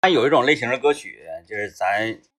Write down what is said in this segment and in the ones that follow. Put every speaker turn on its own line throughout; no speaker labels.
它有一种类型的歌曲，就是咱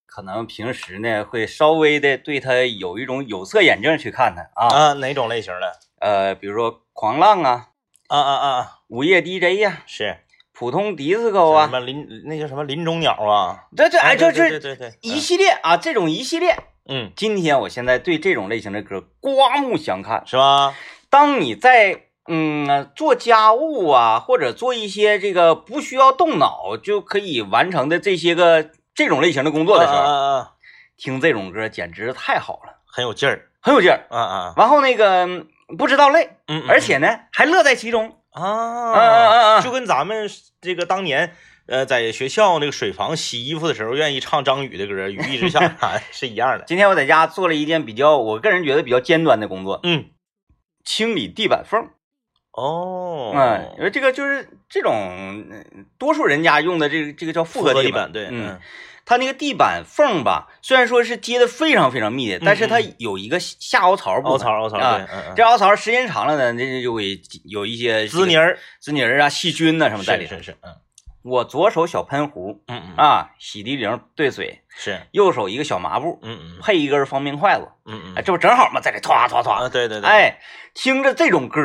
可能平时呢会稍微的对它有一种有色眼镜去看它啊，
啊，哪种类型的？
呃，比如说狂浪啊、
啊啊啊啊，
午夜 DJ 呀、
是
普通迪斯科
什
啊，
么林那叫什么林中鸟啊？
这这哎
啊对
这
对
这
对对对，
一系列啊，这种一系列。
嗯，
今天我现在对这种类型的歌刮目相看
嗯。是吧？
当你在嗯呃做家务啊，或者做一些这个不需要动脑就可以完成的这些个这种类型的工作的时候，
啊啊啊啊
听这种歌简直太好了，
很有劲儿，
很有劲儿。
啊啊，
然后那个嗯不知道累，
嗯，嗯
而且呢还乐在其中。啊啊
啊
啊
就跟咱们这个当年。呃，在学校那个水房洗衣服的时候，愿意唱张宇的歌，雨一直下 是一样的。
今天我在家做了一件比较我个人觉得比较尖端的工作，
嗯，
清理地板缝。
哦，
嗯，因为这个就是这种呃多数人家用的这个这个叫复
复
合
合
地
地
板，
板，对，
嗯，它那个地板缝吧，虽然说是接的非常非常密的，但是它有一个下凹槽部
嗯
分
凹槽凹槽，
啊
对，嗯嗯
这凹槽时间长了呢，这就会有一些
滋泥、儿
滋泥儿啊、细菌呐、什么在
是
里头。
是是，嗯
我左手小喷壶
嗯嗯，
啊，洗涤灵兑水，
是，
右手一个小麻布，
嗯嗯
配一根方便筷子，
嗯嗯
哎，，这不正好吗？在这歘歘
啊，
歘，
对对对，，
哎，听着这种歌，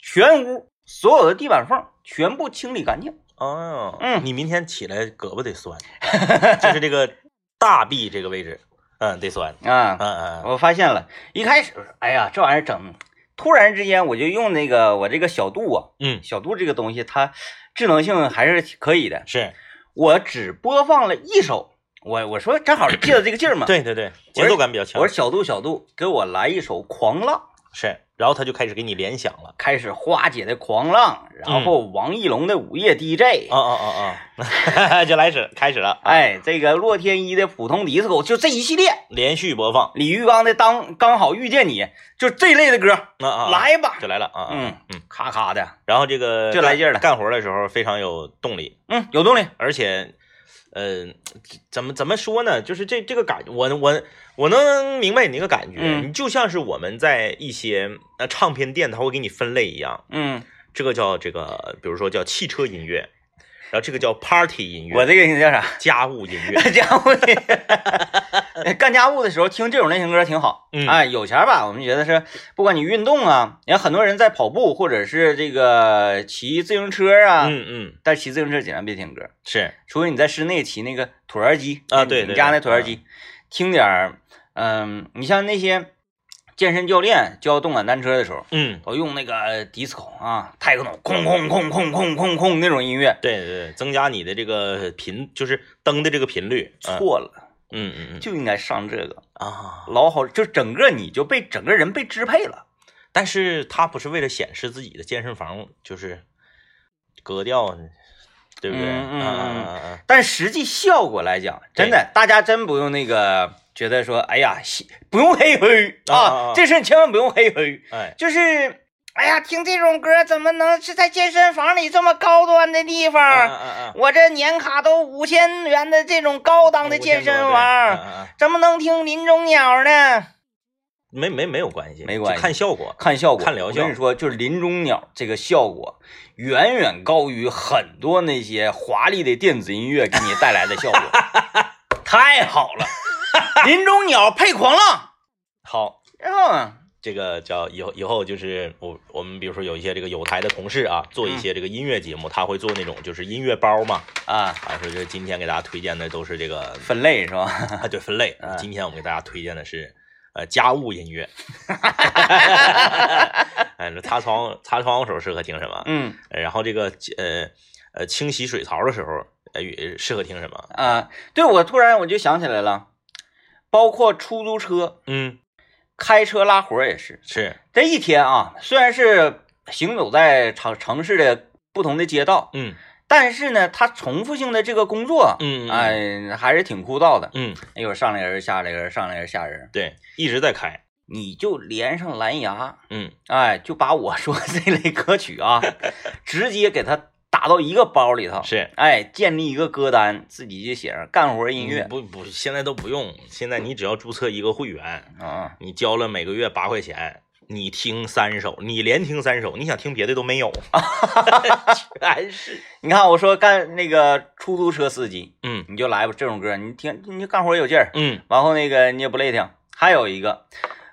全屋所有的地板缝全部清理干净。
哦，
嗯
你明天起来胳膊得酸， 就是这个大臂这个位置，嗯，得 酸，
啊，
嗯嗯，
我发现了，一开始，哎呀，这玩意儿整，突然之间我就用那个我这个小度啊，
嗯，
小度这个东西它智能性还是可以的。
是
我只播放了一首，我我说正好借着这个劲儿嘛，，
对对对，节奏感比较强
我说，小度小度，给我来一首《狂浪》，
是，然后他就开始给你联想了，
开始花姐的《狂浪》，
嗯
然后王一龙的《午夜 DJ》
啊啊啊啊， 就来始开始了，啊，
哎，这个洛天依的《普通迪斯科》，就这一系列，
连续播放，
李玉刚的《当刚好遇见你》，就这类的歌，
那啊，啊，
来吧，
就来了啊，啊
嗯
嗯，
咔咔的，
然后这个
就来劲儿了
干活的时候非常有动力，
嗯，有动力。
而且，呃，怎么怎么说呢？就是这这个感，我我我能明白你那个感觉，
嗯
你就像是我们在一些呃唱片店，它会给你分类一样，
嗯，
这个叫这个，比如说叫汽车音乐，然后这个叫 party 音
嗯
乐，
我这个叫啥？
家务音 乐，
干家务的干家务的时候听这种类型歌挺好。
嗯
哎，有钱吧？我们觉得是，不管你运动啊，你看很多人在跑步或者是这个骑自行车啊，
嗯嗯，
但骑自行车尽量别听歌，
是
除非你在室内骑那个椭圆机
啊对对
你家那
对
椭圆机，听点儿，嗯，你像那些健身教练教动感单车的时候，
嗯。
都用那个迪斯科啊、泰克诺，空空空空空空空那种音乐，
对对对，增加你的这个频，就是灯的这个频率。嗯
错了，
嗯嗯嗯
就应该上这个。
啊，
老好，就整个你就被整个人被支配了。
但是他不是为了显示自己的健身房就是格调，对不对？
嗯嗯嗯
嗯嗯嗯，
但实际效果来讲，
对
真的，大家真不用那个觉得说，哎呀，西不用黑黑
啊啊啊
啊，这事儿千万不用黑黑，
哎，
就是，哎呀，听这种歌怎么能是在健身房里这么高端的地
嗯
方？
嗯
我这年卡都五千元的这种高档的健身
嗯
房，
嗯嗯，
怎么能听林中鸟呢？
没没没有关系，
没关系
就看效果。
看效果，
看疗效
我跟你说，就是林中鸟这个效果，远远高于很多那些华丽的电子音乐给你带来的效 果，太好了！林中鸟配狂浪，
好，
嗯
这个叫以后以后就是我我们比如说有一些这个有台的同事啊，做
嗯
一些这个音乐节目，他会做那种就是音乐包嘛，
啊，
啊，说这今天给大家推荐的都是这个
分类是吧？
啊对分类
嗯，
今天我们给大家推荐的是呃家务音 乐，哎，那擦窗擦窗户时候适合听什么？
嗯
呃然后这个呃呃清洗水槽的时候，呃适合听什么？
啊，对，我突然我就想起来了，包括出租车、
嗯，
开车拉活儿也是，
是，
这一天啊，虽然是行走在城城市的不同的街道，
嗯
但是呢，它重复性的这个工作，
嗯，嗯，
哎，还是挺枯燥的。
嗯，
一会儿上来人，下来人，上来人，下来人，
对，一直在开，
你就连上蓝牙，
嗯，
哎，就把我说的这类歌曲啊，直接给它打到一个包里头，
是
哎，建立一个歌单，自己就写上干活音乐
嗯，不不，现在都不用，现在你只要注册一个会员，
啊，
你交了每个月八块钱，你听三首，你连听三首，你想听别的都没有， 全是，
你看我说干那个出租车司机，
嗯
你就来吧，这种歌你听，你干活有劲儿，
嗯
然后那个你也不累挺。还有一个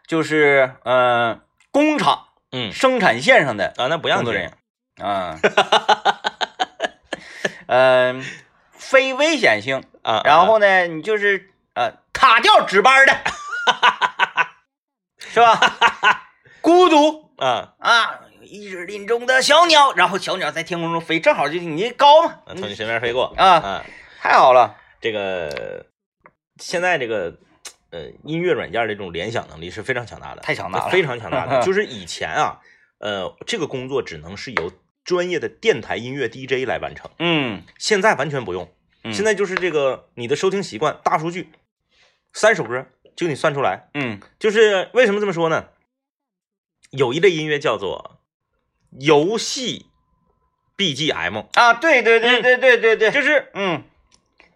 就是，嗯，工厂
嗯
生产线上的
啊，那不让
工
听
作人员， 嗯，嗯，非危险性，
啊，
然后呢，你就是呃塔吊值班的， 是吧？孤独
啊啊，
啊，一只林中的小鸟，然后小鸟在天空中飞，正好就你高嘛，
啊从你身边飞过
啊，
啊，
太好了，
这个现在这个呃音乐软件的这种联想能力是非常强大的，
太强大了
非常强 大的。就是以前啊，呃，这个工作只能是由专业的电台音乐 DJ 来完成，
嗯，
现在完全不用。
嗯
现在就是这个你的收听习惯，大数据，三首歌就你算出来。
嗯
就是为什么这么说呢？有一类音乐叫做游戏 BGM，
啊，对对对对对对对，
就是
嗯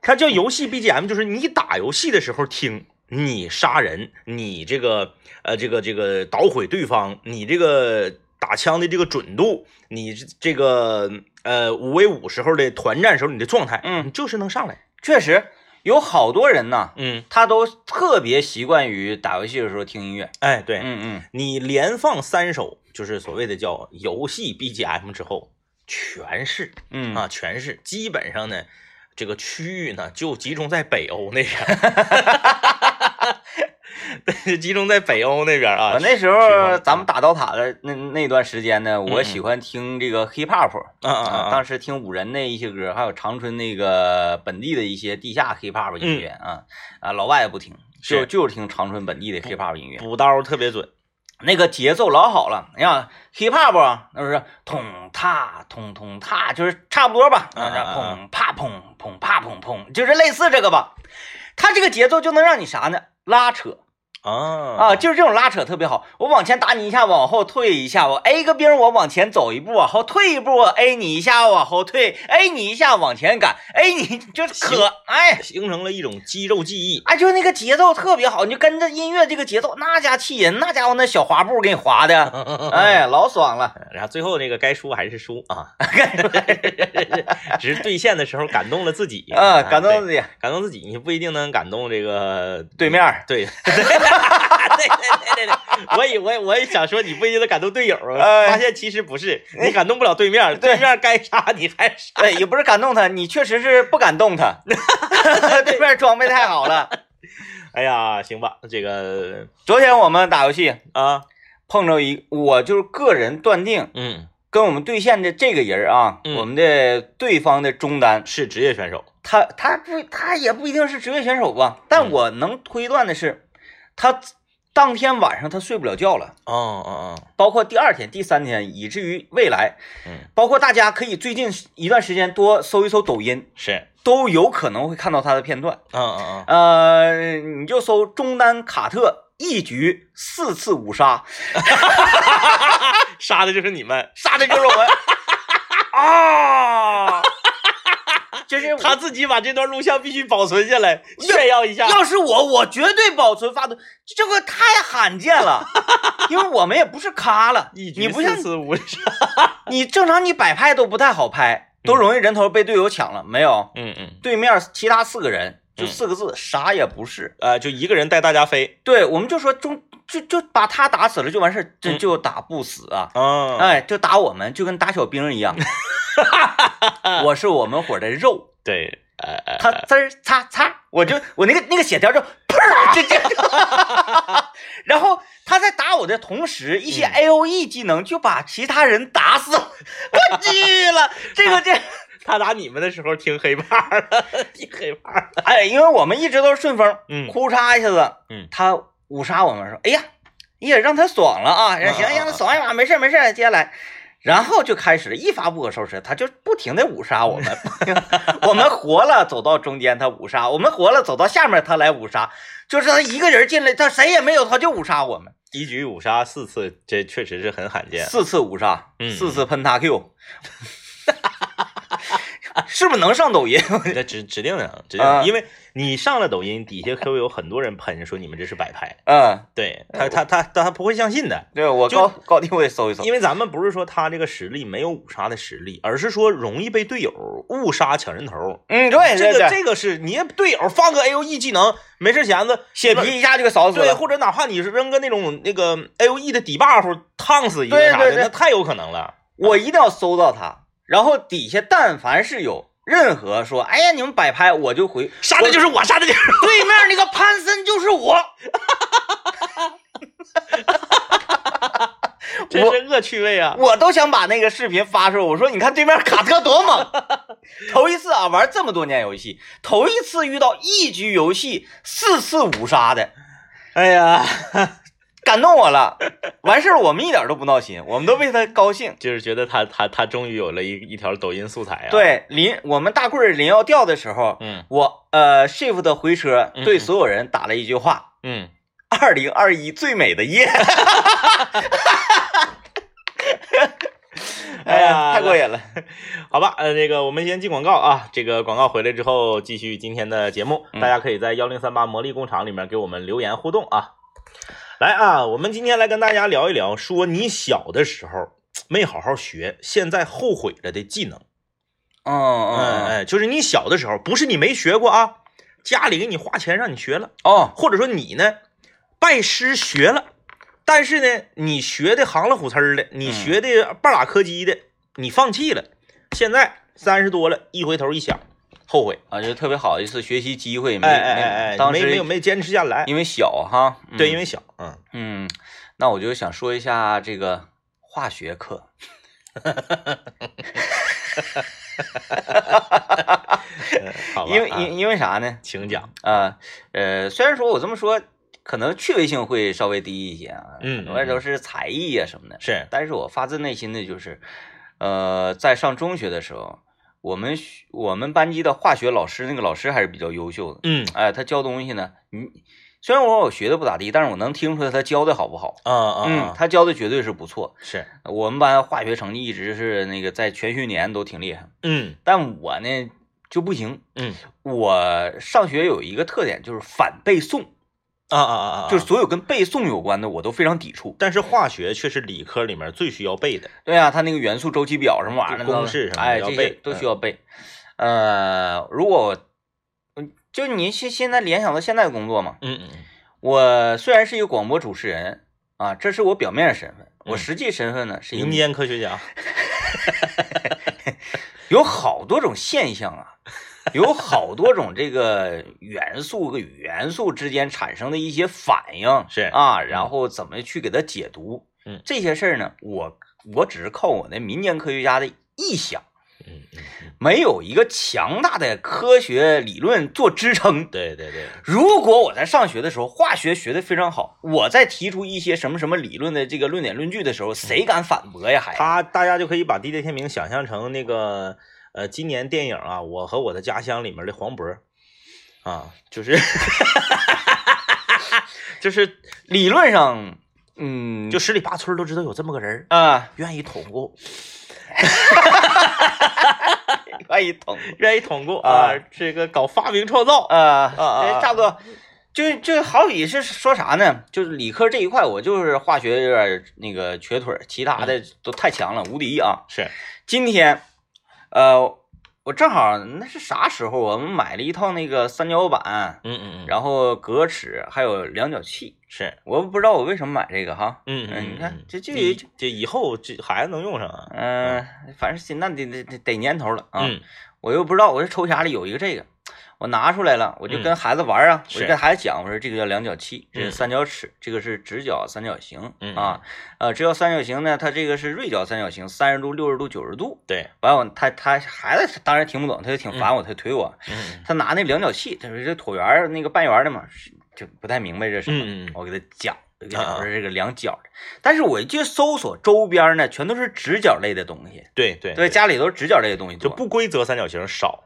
它叫游戏 BGM，就是你打游戏的时候听，你杀人，你这个呃这个这个捣毁对方，你这个打枪的这个准度，你这这个呃五 v 五时候的团战时候你的状态，
嗯
你就是能上来，
确实有好多人呐，
嗯，
他都特别习惯于打游戏的时候听音乐，
哎，对、
嗯嗯，
你连放三首，就是所谓的叫游戏 BGM 之后，全是
嗯
啊，全是，基本上呢。这个区域呢，就集中在北欧那边 儿，集中在北欧那边儿啊
我。那时
喜欢
候
嗯
咱们打刀塔的那那段时间呢，
嗯
我
嗯
喜欢听这个 hip hop，
啊啊啊！
当时听五人的一些歌，还有长春那个本地的一些地下 hip hop 音乐
嗯
啊啊，老外也不听，就是就是听长春本地的 hip hop 音乐，
补刀特别准，
那个节奏老好了。你看 hip hop 啊，那是捅踏捅捅踏，就是差不多吧，
啊啊啊
那是砰啪砰砰啪砰砰，就是类似这个吧。它这个节奏就能让你啥呢？拉扯，
啊
啊，就是这种拉扯特别好。我往前打你一下，往后退一下；我 A 个兵，我往前走一步，往后退一步我；A 你一下，往后退；A 你一下，往前赶；A 你 就是可哎
形成了一种肌肉记忆。
哎，就那个节奏特别好，你就跟着音乐这个节奏，那家气人，那家伙那小滑步给你滑的， 哎，老爽了。
嗯然后最后那个该输还是输 啊，只是兑现的时候感动了自己
啊，感动自
对
己，
感动自己，你不一定能感动这个
对面儿
对，对 对对对对，我以我我也想说你不一定能感动队友，啊
哎
发现其实不是，你感动不了对面，对面该杀你还杀。
对，哎也不是感动他， 你确实是不敢动 他，对面装备太好了。
哎呀，行吧，这个
昨天我们打游戏
啊，
碰着一，我就是个人断定。
嗯，
跟我们对线的这个人啊，
嗯
我们的对方的中单，
是职业选手，
他他不他也不一定是职业选手吧，但
嗯
我能推断的是，他当天晚上他睡不了觉了，
哦哦哦，
包括第二天、第三天，以至于未来，
嗯，
包括大家可以最近一段时间多搜一搜抖音，
是，
都有可能会看到他的片段。
嗯嗯
呃，你就搜中单卡特一局四次五杀，
嗯，杀的就是你们。
杀的就是我 们啊，就是我
他自己把这段录像必须保存下来，炫耀一下。
要是我，我绝对保存发动，这个太罕见 了，因为我们也不是咖了，你不像
四五十，
你正常，你摆拍都不太好拍，都容易人头被队友抢了。没有，
嗯嗯，
对面其他四个人就
嗯
四个字，啥也不是。
呃，就一个人带大家飞。
对，我们就说中就就把他打死了就完事儿，这
嗯
就打不死啊。
嗯，
哎，就打我们，就跟打小兵一 样。我是我们伙的肉，
对，呃呃，
他滋儿擦擦，我就我那个那个血条就砰，就这样。 然后他在打我的同时，一些
嗯
A O E 技能就把其他人打死 了，我去了。这个 这，
他打你们的时候听黑怕 了，听黑怕了。
哎，因为我们一直都是顺风，
嗯
哭嚓一下子，
嗯
他五杀我们说，哎呀，也让他爽了啊，让行
啊啊啊
让他爽一把，没事没事，接下来。然后就开始一发不可收拾，他就不停的五杀我 们，我们活了走到中间他五杀，我们活了走到下面他来五杀，就是他一个人进来，他谁也没有，他就五杀我们，
一局五杀四次，这确实是很罕见。
四次五杀，
嗯
四次喷他 Q， 是不是能上抖音？
这指指定的，指定的，
啊
因为你上了抖音，底下会有很多人喷说你们这是摆拍，
嗯，
对他他他他他不会相信的，
对我
就
高高低我也搜一搜。
因为咱们不是说他这个实力没有五杀的实力，而是说容易被队友误杀抢人头。
嗯，对
这
对
个
对，
这个是你队友放个 A O E 技能，没事闲子
血皮一下就给扫死
对，
了。
或者哪怕你是扔个那种那个 A O E 的底 buff 烫死一个
对
啥
对
的，
对
那太有可能了。
我一定要搜到他，然后底下但凡是有任何说，哎呀你们摆拍，我就 回
杀的就是我，杀的就是
对面那个潘森就是我，
我，真是恶趣味啊！
我都想把那个视频发出来。我说你看对面卡特多 猛，头一次啊玩这么多年游戏，头一次遇到一局游戏四次五杀的，
哎呀，
感动我了。完事儿我们一点都不闹心，我们都为他高兴。
就是觉得他他他终于有了一一条抖音素材啊。，
对，临我们大棍儿临要掉的时候，
嗯
我呃 shift 的回车
嗯
对
嗯
所有人打了一句话。
嗯，
二零二一最美的 夜。哎呀，太过瘾了！
好吧，呃，那个我们先进广告啊，这个广告回来之后继续今天的节目，
嗯
大家可以在幺零三八魔力工厂里面给我们留言互动啊。来啊，我们今天来跟大家聊一聊，说你小的时候没好好学，现在后悔了的技能。
嗯
嗯，
嗯
哎，就是你小的时候，不是你没学过啊，家里给你花钱让你学了，
哦，
或者说你呢拜师学了，但是呢你学的行了虎呲儿的，你
嗯
学的半拉磕叽的，你放弃了，现在三十多了，一回头一想，后悔，
啊，就特别好的一次学习机会，没
哎哎哎哎，
没，当
没没
时
有没坚持下来，
因为小哈，嗯
对，因为小，嗯，
嗯，那我就想说一下这个化学课，
嗯好吧，
因为
啊
因因为啥呢？
请讲，
啊，呃，虽然说我这么说，可能趣味性会稍微低一些啊，
嗯
很多人都是才艺啊什么的，
是，
但是我发自内心的就是，呃，在上中学的时候，我们学我们班级的化学老师那个老师还是比较优秀的，
嗯
哎、他教东西呢，你虽然我我学的不咋地，但是我能听出来他教的好不好。
啊啊，
嗯，
啊
他教的绝对是不错。
是，
我们班化学成绩一直是那个在全学年都挺厉害，
嗯
但我呢就不行。
嗯
我上学有一个特点就是反背诵，
啊啊啊啊，
就是。所有跟背诵有关的我都非常抵触。
但是化学却是理科里面最需要背的，
对啊，它那个元素周期表什么玩意儿的
就公
都
式什么的
哎，
要
这
背嗯
些都需要背。呃，如果我，嗯就你现现在联想到现在的工作嘛，
嗯嗯嗯，
我虽然是一个广播主持人啊，这是我表面的身份，
嗯
我实际身份呢是一个
民间科学家，
有好多种现象啊，有好多种这个元素和元素之间产生的一些反应
是
啊，然后怎么去给它解读，
嗯
这些事儿呢，我我只是靠我那民间科学家的臆想，
嗯嗯嗯，
没有一个强大的科学理论做支撑。
对对对，
如果我在上学的时候化学学的非常好，我在提出一些什么什么理论的这个论点论据的时候，谁敢反驳呀？还
他大家就可以把 DJ 天明想象成那个呃，今年电影啊，《我和我的家乡》里面的黄渤啊，就是 就是
理论上，嗯，
就十里八村都知道有这么个人儿，
啊，
愿意捅咕，
愿意捅
愿意捅咕
啊
啊，这个搞发明创造，
啊
啊啊
这差不多。就就好比是说啥呢？就是理科这一块，我就是化学有点那个瘸腿儿，其他的
嗯
都太强了，无敌啊！
是，
今天，呃，我正好那是啥时候？啊我们买了一套那个三角板，
嗯嗯嗯，
然后格尺，还有量角器。
是，
我不知道我为什么买这个哈，
嗯
嗯
嗯，
你看
嗯
这这
以这以后这孩子能用上啊，
嗯、反正是那得得得得年头了啊。
嗯
我又不知道，我这抽匣里有一个这个，我拿出来了，我就跟孩子玩啊，我
是
就跟孩子讲，我说这个叫量角器，这
嗯
是三角尺，这个是直角三角形、
嗯
啊，呃，直角三角形呢，它这个是锐角三角形，三十度、六十度、九十度。
对，
完我他他孩子当然听不懂，他就挺烦我，他就推我，
嗯
他拿那量角器，他说这椭圆儿那个半圆儿的嘛，是就不太明白这是什么。
嗯嗯嗯
我给他讲，我给他
啊啊
讲说这个量角的，但是我一去搜索周边儿呢，全都是直角类的东西，
对对
对，，家里都是直角类的东西
就
多，
不规则三角形少，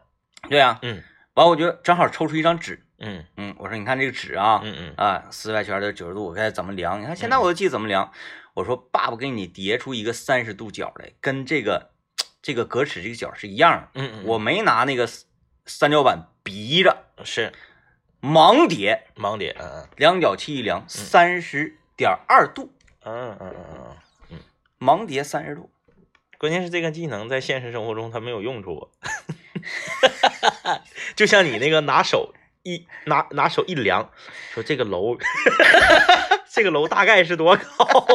对啊，
嗯
完我就正好抽出一张纸，
嗯
嗯，我说你看这个纸啊，
嗯嗯，
啊，四外圈的九十度，我该怎么量？你看现在我都记得怎么量。我说爸爸给你叠出一个三十度角来，跟这个这个格尺这个角是一样的，
嗯，
我没拿那个三角板逼着，
我是
盲叠
盲点，嗯
量角器一量三十点二度，
嗯嗯嗯嗯嗯，
盲叠三十度，
关键是这个技能在现实生活中它没有用处啊， 就像你那个拿手一拿拿手一量，说这个楼， 这个楼大概是多高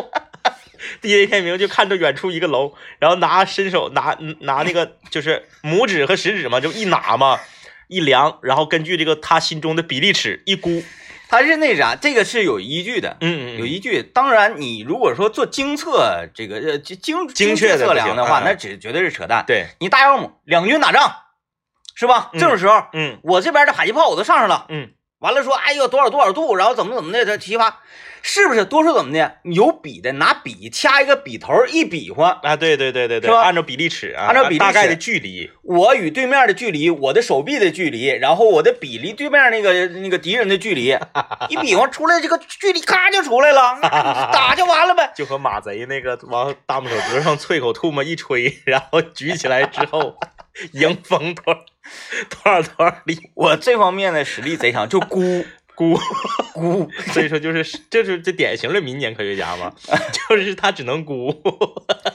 ？DJ 天明就看着远处一个楼，然后拿伸手拿拿那个就是拇指和食指嘛，就一拿嘛，一量，然后根据这个他心中的比例尺一估，
它是那啥，这个是有依据的。
嗯嗯，
有依据，当然，你如果说做精测这个呃精精
精确
确
的不
测量
行
的话，
嗯
那只绝对是扯淡。
对，
你大妖母两军打仗，是吧？
嗯
这种时候，
嗯
我这边的迫击炮我都上上了，
嗯
完了说，哎呦多少多少度，然后怎么怎么的，这齐发，是不是？多数怎么的？有笔的拿笔掐一个笔头一比划，
啊，对对对对对，
是吧
按照比例尺啊，
按照比例
大概的
尺
距离，
我与对面的距离，我的手臂的距离，然后我的比离对面那个那个敌人的距离，一比划出来，这个距离咔就出来了，打就完了呗。
就和马贼那个往大拇手指头上啐口唾沫一吹，然后举起来 之后，迎风多少多少多少里
我这方面的实力贼强，就估
咕，
估，
所以说就是这就是这典型的民间科学家 嘛，就是他只能咕，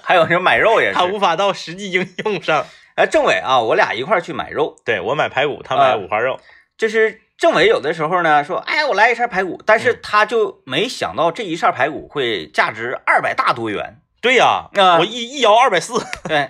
还有人买肉也
他
是。
无法到实际应用上。
哎，政委啊，我俩一块儿去买肉，
对我买排骨，他
啊
买五花肉，
就是政委有的时候呢说，哎，我来一扇排骨，但是他就没想到这一扇排骨会价值二百大多元。
对呀、
啊
我一一摇二百四，
对，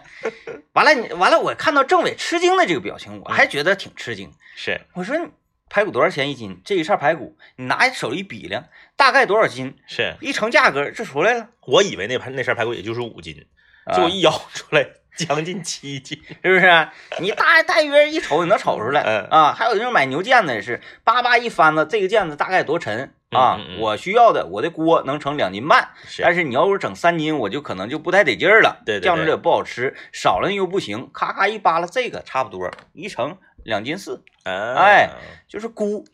完了你完了，我看到政委吃惊的这个表情，我还觉得挺吃惊。
是
我说你排骨多少钱一斤？这一扇排骨你拿手一比量，大概多少斤？
是，
一乘价格就出来了。
我以为那盘那扇排骨也就是五斤，
啊哎
结果一摇出来将近七斤，
是不是？你大大约一瞅，你能瞅出来
嗯
啊。还有就是买牛腱子也是，叭叭一翻子，这个腱子大概多沉啊
嗯嗯嗯？
我需要的，我的锅能盛两斤半，
是
但是你要是整三斤，我就可能就不太得劲儿了，
对对对
酱汁也不好吃，少了又不行，咔咔一扒拉，这个差不多一盛两斤四，
啊
哎就是菇。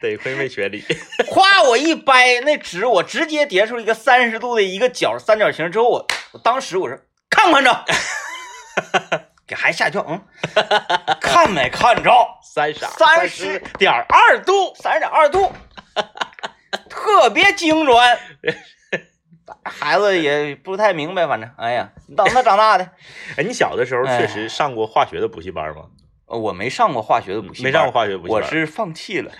得亏没学理。
夸我一掰那纸，我直接叠出一个三十度的一个角三角形之后，我我当时我说看不看着， 给孩子吓一跳，嗯，看没看着？
三十
三十
点二度，
三十点二度，特别精准。孩子也不太明白，反正哎呀，等他长大的，
哎，你小的时候
哎
确实上过化学的补习班吗？
呃我没上过化学的补习班，
没上过化学补习
我
班
是放弃了。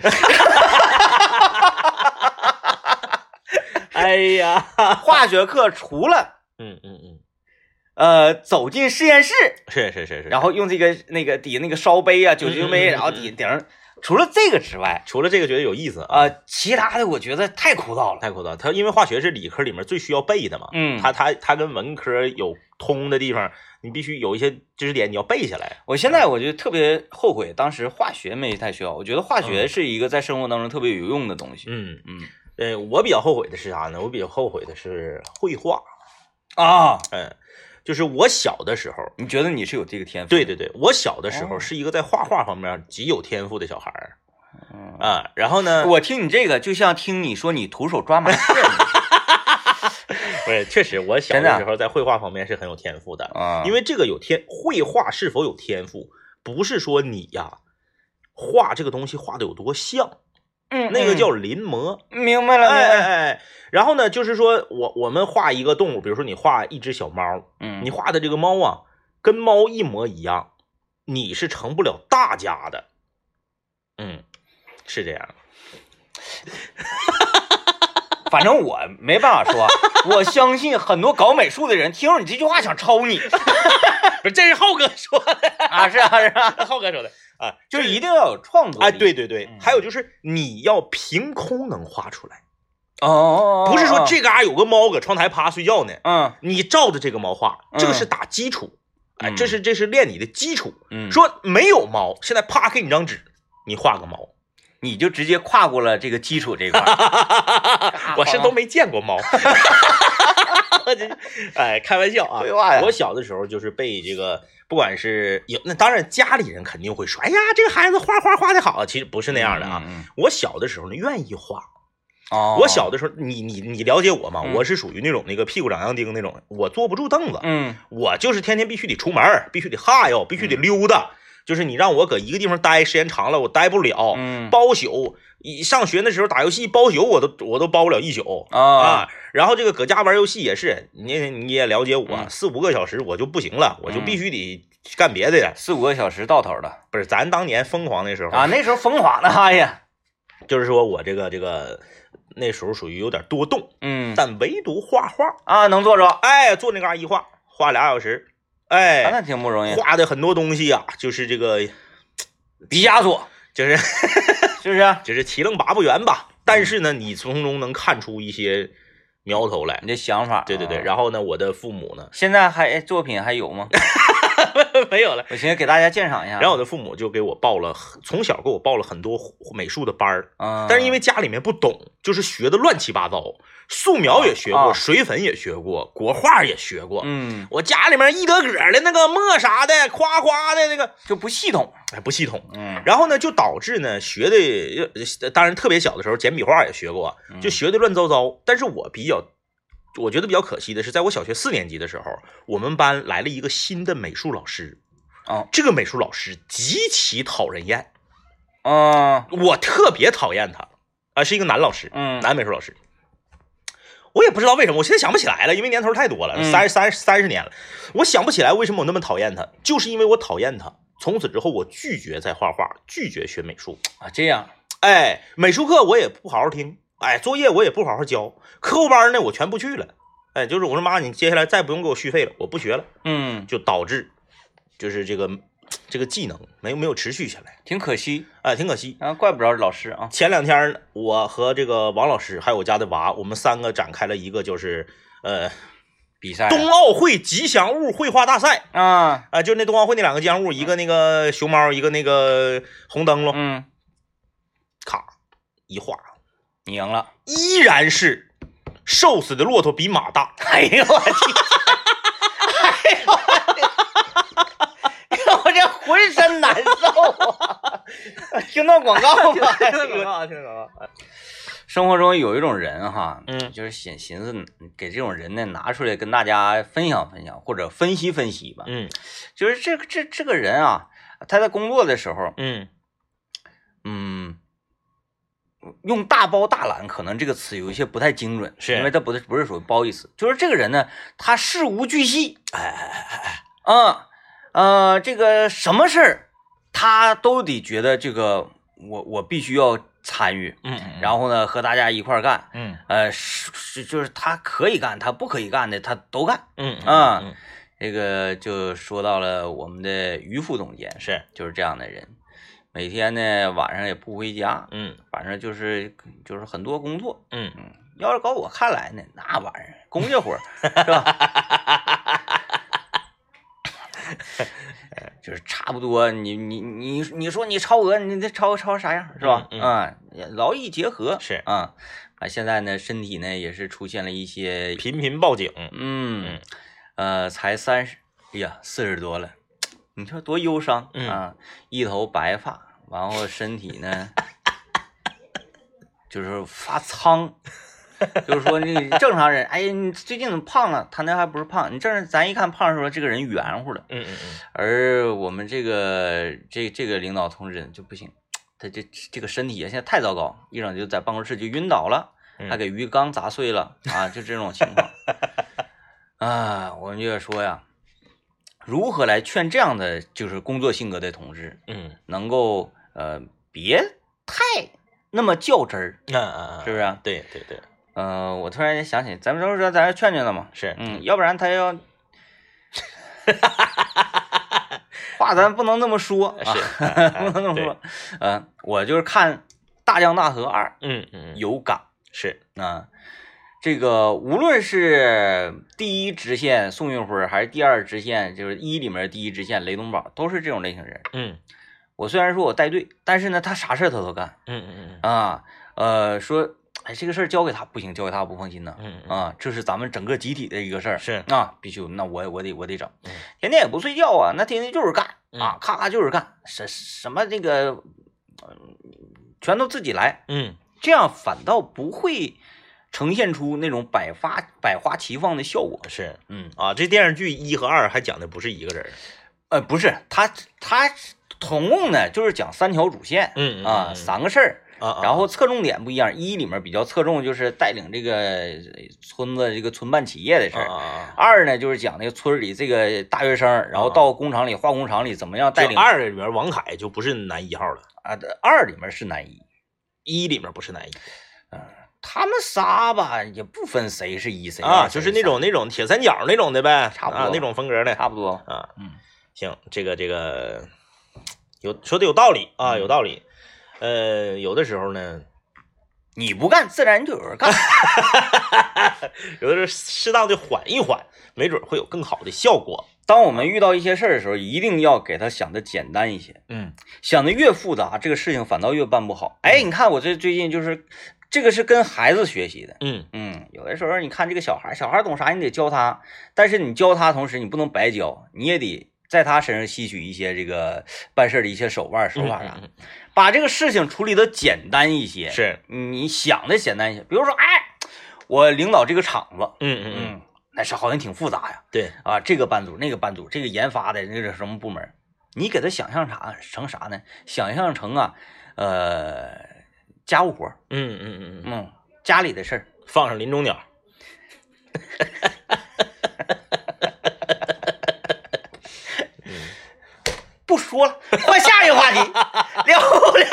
哎 呀，
化学课除了
嗯嗯嗯，
呃走进实验室，
是是是是。
然
后
后用这个那个底那个烧杯啊，酒精杯，
嗯嗯嗯
然后底顶上。除了这个之外，
除了这个觉得有意思啊，
啊，其他的我觉得太枯燥了。
太枯燥。它因为化学是理科里面最需要背的嘛，
嗯
它它它跟文科有通的地方，你必须有一些知识点你要背下来。
我现在我就特别后悔，当时化学没太需要。我觉得化学是一个在生活当中特别有用的东西。
嗯，
嗯
呃，我比较后悔的是啥呢？我比较后悔的是绘画，
啊，
嗯，就是我小的时候，
你觉得你是有这个天赋？
对，对对，我小的时候
哦
是一个在画画方面极有天赋的小孩儿
嗯
啊，然后呢，
我听你这个就像听你说你徒手抓麻雀一样
不是，确实，我小
真的啊
的时嗯候在绘画方面是很有天赋的，
啊，
因
为
为这个有天绘画是否有天赋，不是说你呀画这个东西画的有多像，那个叫临摹。
嗯明白了，
哎
明白
哎
了。
哎，然后呢，就是说我我们画一个动物，比如说你画一只小猫，
嗯，
你画的这个猫啊，跟猫一模一样，你是成不了大家的。嗯，是这样。
反正我没办法 说，我相信很多搞美术的人听着你这句话想抽 你
不是， 这是浩哥说的，
啊，是啊是啊，
浩哥说的啊，
就一定要有创作
哎，
力
对对对
嗯，
还有就是你要凭空能画出来，
哦哦，哦
不是说
哦
这嘎、有个猫搁窗台趴睡觉呢，
嗯
你照着这个猫画，
嗯
这个是打基础，哎，
嗯
这是这是练你的基础。
嗯，
说没有猫，现在啪给你张纸，你画个猫，
你就直接跨过了这个基础这一块儿，啊
我是都没见 过猫。哎，开玩笑啊
废话呀！
我小的时候就是被这个，不管是有那当然家里人肯定会说，哎呀，这个孩子画画画的好，其实不是那样的啊。
嗯，嗯嗯
我小的时候呢，愿意画，
哦，
我小的时候，你你你了解我吗？
嗯
我是属于那种那个屁股长洋钉那种，我坐不住凳子，
嗯
我就是天天必须得出门儿，必须得哈悠，必须得溜达。就是你让我搁一个地方待时间长了，我待不了，
嗯
包宿。一上学那时候打游戏包宿，我都我都包不了一宿。
啊
啊，然后这个搁家玩游戏也是，你你也了解我，
嗯
四五个小时我就不行了，我就
嗯
必须得干别的了。
四五个小时到头了
不是，咱当年疯狂的时候，
啊，那时候疯狂的，哎呀，
就是说我这个这个那时候属于有点多动，
嗯
但唯独画画，
啊，能坐着，
哎，坐那嘎一画，画俩小时，
啊
哎，
那挺不容易。
画的很多东西啊，就是这个
毕加索
就是
是不是？
就是七愣八不圆吧，但是呢，你从中能看出一些苗头来。
你这想法，
对对对，
啊
然后呢，我的父母呢
现在还哎作品还有吗？
没有了，
我寻思给大家鉴赏一下。
然后我的父母就给我报了很，从小给我报了很多美术的班儿，
嗯，
但是因为家里面不懂，就是学的乱七八糟，素描也学
啊
过，
啊
水粉也学过，国画也学过。
嗯
我家里面一得个儿的那个墨啥的，夸夸的那个，
就不系统，
哎，不系统。
嗯
然后呢，就导致呢学的，呃当然特别小的时候简笔画也学过，
嗯
就学的乱糟糟。但是我比较，我觉得比较可惜的是，在我小学四年级的时候，我们班来了一个新的美术老师。
哦，
这个美术老师极其讨人厌，
嗯
我特别讨厌他，啊、是一个男老师，
嗯
男美术老师。我也不知道为什么，我现在想不起来了，因为年头太多了，
嗯
三十三三十年了，我想不起来为什么我那么讨厌他，就是因为我讨厌他。从此之后，我拒绝再画画，拒绝学美术。
啊这样，
哎，美术课我也不好好听，哎，作业我也不好好交，课后班呢我全不去了。哎，就是我说妈，你接下来再不用给我续费了，我不学了，
嗯，
就导致就是这个这个技能没有没有持续下来，
挺可惜
哎，挺可惜。
啊，怪不着老师啊，
前两天呢我和这个王老师还有我家的娃，我们三个展开了一个就是呃
比赛
冬奥会吉祥物绘画大赛
啊，
啊、就是那冬奥会那两个吉祥物，一个那个熊猫，一个那个红灯笼，
嗯，
咔一画，
你赢了，
依然是瘦死的骆驼比马大，
哎呦我天，哎呦我这浑身难受啊，听到广告吧，
啊，听得懂啊，
生活中有一种人哈，
嗯
就是寻寻思给这种人呢拿出来跟大家分享分享，或者分析分析吧。
嗯
就是这个这这个人啊，他在工作的时候，
嗯
嗯，用大包大揽可能这个词有一些不太精准，
是
因为他不是不是属于褒义词，就是这个人呢，他事无巨细，哎哎哎哎，啊呃，这个什么事儿他都得觉得这个我我必须要参与，
嗯，后
然后呢和大家一块儿干。
嗯
呃，是是就是他可以干，他不可以干的，他都干。
嗯
啊
嗯
这个就说到了我们的于副总监，
是
就是这样的人，每天呢晚上也不回家，
嗯
反正就是就是很多工作。
嗯
要是搁我看来呢，那玩意儿工业活儿是吧？ 就是差不多，你你你你说你超额，你这超超啥样是吧？
嗯
啊，劳逸结合
是
啊啊！现在呢，身体呢也是出现了一些
频频报警，
嗯
嗯，
呃，才三十，哎呀，四十多了，你说多忧伤
嗯
啊！一头白发，然后身体呢，就是发苍，就是说那个正常人，哎呀，你最近怎么胖了？他那还不是胖，你正咱一看胖的时候，这个人圆乎了，
嗯嗯嗯，
而我们这个这这个领导同志就不行。他这这个身体啊，现在太糟糕，一整就在办公室就晕倒了，
嗯
还给鱼缸砸碎了啊，就这种情况。啊，我们就说呀，如何来劝这样的就是工作性格的同志，
嗯
能够呃别太那么较真儿，
嗯嗯
是
嗯，
不是、啊？
对对对，
呃，我突然间想起，咱们都说咱是劝劝他嘛，
是，
嗯，要不然他 要，话咱不能那么说，啊
呃 是
不能那么说，呃，我就是看《大江大河二
嗯嗯》嗯，
有感
是，
啊。这个无论是第一直线宋运辉，还是第二直线，就是一里面第一直线雷东宝，都是这种类型人。
嗯
我虽然说我带队，但是呢，他啥事儿他都干
嗯嗯嗯
啊。呃，说，哎，这个事儿交给他不行，交给他我不放心呐。
嗯嗯，
啊，这是咱们整个集体的一个事儿，
是
啊，必须，那我我得我得整
嗯，
天天也不睡觉啊，那天天就是干啊
嗯，
咔咔就是干，什什么这个，呃全都自己来，
嗯
这样反倒不会呈现出那种百花百花齐放的效果。
是
嗯，
啊，这电视剧一和二还讲的不是一个人儿，
呃，不是，他他总共呢就是讲三条主线，
嗯
啊，三个事儿，
啊啊，
然后侧重点不一样，一里面比较侧重就是带领这个呃村子这个村办企业的事
啊
儿。
啊
二呢，就是讲那个村里这个大学生，然后到工厂里、化工厂里怎么样
啊，
带
就
领
二里面王凯就不是男一号了，
啊，二里面是男一，
一里面不是男一
他们仨吧也不分谁是一谁
啊，
二
就
谁
是那
三
种那种铁三角那种的呗，
差不
啊
多
那种风格的
差不多，
啊。
嗯，
行，这个这个有说的有道理啊，
嗯
有道理。呃，有的时候呢，
你不干，自然就有 人干。
有的时候适当的缓一缓，没准会有更好的效果。
当我们遇到一些事儿的时候，一定要给他想的简单一些，
嗯
想的越复杂，这个事情反倒越办不好。哎，你看我这最近就是，这个是跟孩子学习的。
嗯，
嗯，有的时候你看这个小孩，小孩懂啥你得教他，但是你教他同时你不能白教，你也得在他身上吸取一些这个办事儿的一些手腕手法啥的，
嗯嗯
把这个事情处理的简单一些。
嗯是，
你想的简单一些，比如说，哎，我领导这个厂子，
嗯嗯嗯，
嗯，那是好像挺复杂呀，
对，
啊，这个班组那个班组，这个研发的那个什么部门，你给他想象啥成啥呢？想象成啊，呃，家务活儿，
嗯嗯嗯嗯，
嗯，家里的事儿，
放上林中鸟。
不说了， 换下一个话 题，聊不了。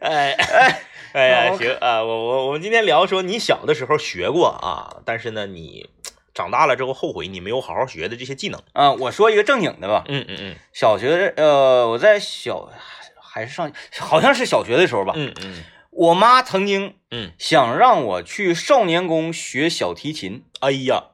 哎哎哎
那
呀，
我
行啊，我我我们今天聊说你小的时候学过啊，但是呢，你长大了之后后悔你没有好好学的这些技能。
啊，我说一个正经的吧，
嗯嗯嗯
小学，呃，我在小还是上，好像是小学的时候吧，
嗯嗯
我妈曾经
嗯，
想让我去少年宫学小提琴，
哎呀，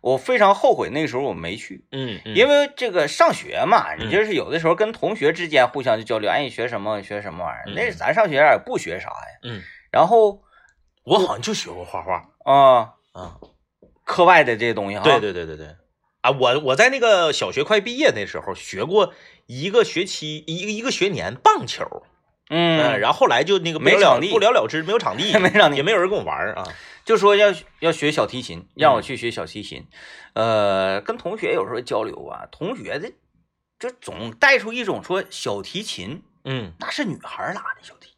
我非常后悔那个时候我没去。
嗯，嗯
因为这个上学嘛，
嗯
你就是有的时候跟同学之间互相就交流，哎，你学什么？你学什么玩意儿？
嗯
那咱上学也不学啥呀。
嗯，
然后
我好像就学过画画
啊、
啊。
课外的这些东西哈，
对，对对对对，啊，我我在那个小学快毕业那时候学过一个学期一个一个学年棒球，
嗯，
然后后来就那个
没
不了
场地，
不了了之， 没有场地
没场地
也没有人跟我玩儿啊。
就说要要学小提
嗯
琴，让我去学小提琴。呃，跟同学有时候交流啊，同学的就总带出一种说小提琴
嗯，
那是女孩拉的小提，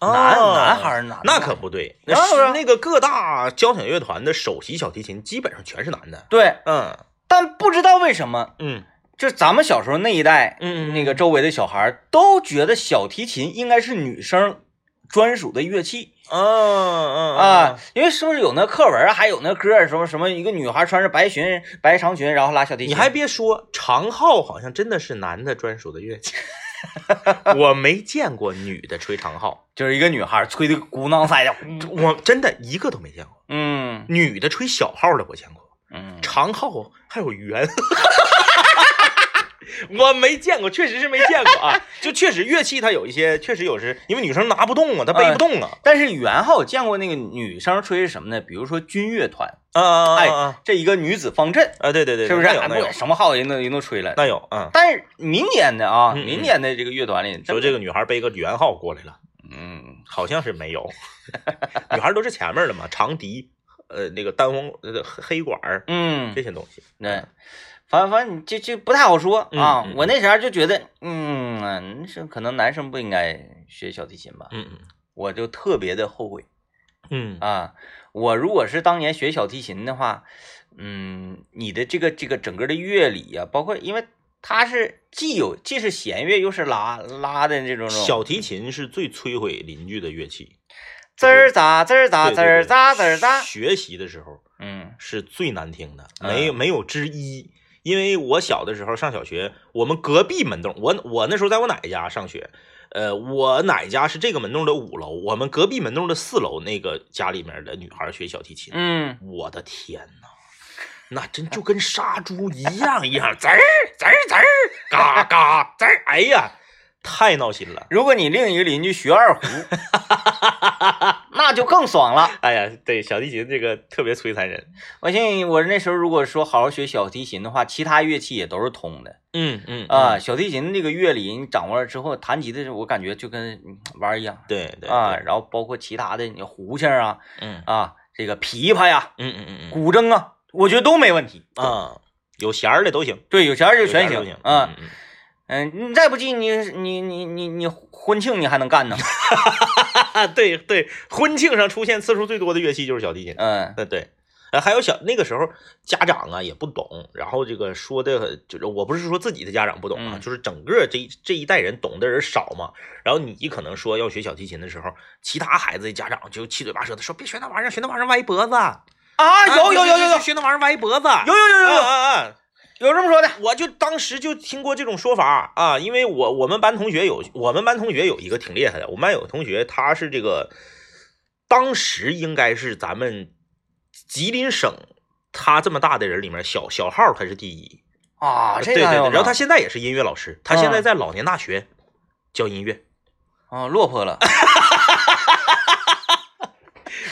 啊
男男孩儿拿的
那可不对，那
当然
啊是那个各大交响乐团的首席小提琴基本上全是男的。
对，
嗯
但不知道为什么。
嗯
就咱们小时候那一代，
嗯嗯嗯
那个周围的小孩儿都觉得小提琴应该是女生专属的乐器
嗯嗯
啊，因为是不是有那课文啊，还有那歌儿什么什么，一个女孩穿着白裙、白长裙，然后拉小提琴，
你还别说，长号好像真的是男的专属的乐器， 我没见过女的吹长号，
就是一个女孩吹的鼓囊塞的，
我真的一个都没见过。
嗯
女的吹小号的我见过，
嗯，
长号还有圆， 我没见过，确实是没见过啊。就确实乐器它有一些，确实有时因为女生拿不动啊，她
嗯
背不动啊。
但是元昊见过那个女生吹是什么呢？比如说军乐团，
啊啊
嗯
啊啊啊
这一个女子方阵，
啊！对对对，
是不是？
那有
哎
那有
不什么号人都人都吹了，
那有啊。
但是民间的啊，
嗯嗯
民间的这个乐团里，
说
真
这个女孩背个圆号过来了，
嗯。
好像是没有，女孩都是前面的嘛，长笛，呃，那个单簧，呃，黑管儿
嗯，
这些东西。
对，反正反正这这不太好说
嗯
啊。
嗯
我那时候就觉得，嗯，是可能男生不应该学小提琴吧，
嗯嗯
我就特别的后悔
嗯
啊。我如果是当年学小提琴的话，嗯，你的这个这个整个的乐理啊，包括因为它是既有既是弦乐又是拉拉的这种
嗯小提琴是最摧毁邻居的乐器，
滋儿咋滋儿咋啊
对
滋
对
儿
对
咋滋儿咋，
学习的时候
嗯
是最难听的，
嗯
没有没有之一。因为我小的时候上小学，我们隔壁门洞，我我那时候在我奶奶家上学，呃，我奶家是这个门洞的五楼，我们隔壁门洞的四楼那个家里面的女孩学小提琴，
嗯，
我的天呐，那真就跟杀猪一样一样，滋儿滋儿滋儿， 嘎嘎滋儿，哎呀，太闹心了。
如果你另一个邻居学二胡，那就更爽了。
哎呀，对，小提琴这个特别摧残人。
我相信我那时候如果说好好学小提琴的话，其他乐器也都是通的
嗯嗯
啊、，小提琴这个乐理你掌握了之后，弹吉他时候我感觉就跟嗯玩儿一样
对对
啊。，然后包括其他的，你胡琴儿啊
嗯
啊，这个琵琶呀、
嗯嗯嗯
古筝啊，我觉得都没问题。
嗯啊，有弦儿的都行，
对，有弦儿就
有
全
弦儿都
行
行
啊。
嗯嗯
嗯，你再不济你你你你你婚庆你还能 干呢。
啊，对对，婚庆上出现次数最多的乐器就是小提琴。
嗯
呃，对，呃，还有小那个时候家长啊也不懂，然后这个说的就是我不是说自己的家长不懂啊，
嗯
就是整个这一这一代人懂的人少嘛。然后你可能说要学小提琴的时候，其他孩子的家长就七嘴八舌的说别学那玩意儿，学那玩意儿歪脖子。啊，
啊，有有有有有有
学那玩意儿歪脖子。有
有有有
啊
有
啊啊！
有这么说的。
我就当时就听过这种说法啊，因为我我们班同学有我们班同学有一个挺厉害的，我们班有个同学他是这个，当时应该是咱们吉林省他这么大的人里面小小号他是第一
啊，这
对
个
对
还有
对，然后他
呢
现在也是音乐老师，他现在
嗯
在老年大学教音乐，
啊落魄了，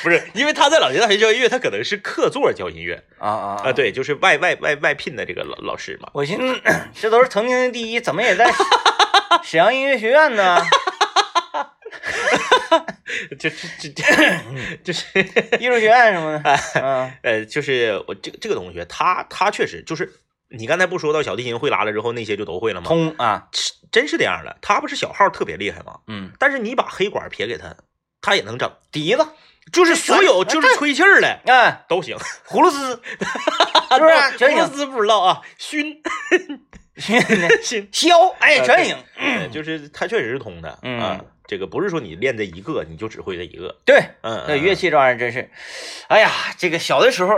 不是因为他在老年大学教音乐，他可能是客座教音乐
啊啊
啊，！对，就是外外外外聘的这个老老师 嘛，
我寻思这都是曾经的第一，怎么也在 沈阳音乐学院呢？
这这这 就是。
艺术学院什么 的，嗯
呃，就是我这个这个同学，他他确实就是你刚才不说到小提琴会拉了之后，那些就都会了吗？
通啊，
是真是这样的。他不是小号特别厉害吗？
嗯，
但是你把黑管撇给他，他也能整，
笛子，
就是所有就是吹气儿的
哎，
都行，
葫芦丝，是不是 全
螺
行？
丝不知道啊，熏 熏，
箫，哎，全行。
呃就是他确实是通的，
嗯
啊，这个不是说你练这一个你就只会这一个，
对，
嗯，
那
嗯
乐器这玩意儿真是，哎呀，这个小的时候，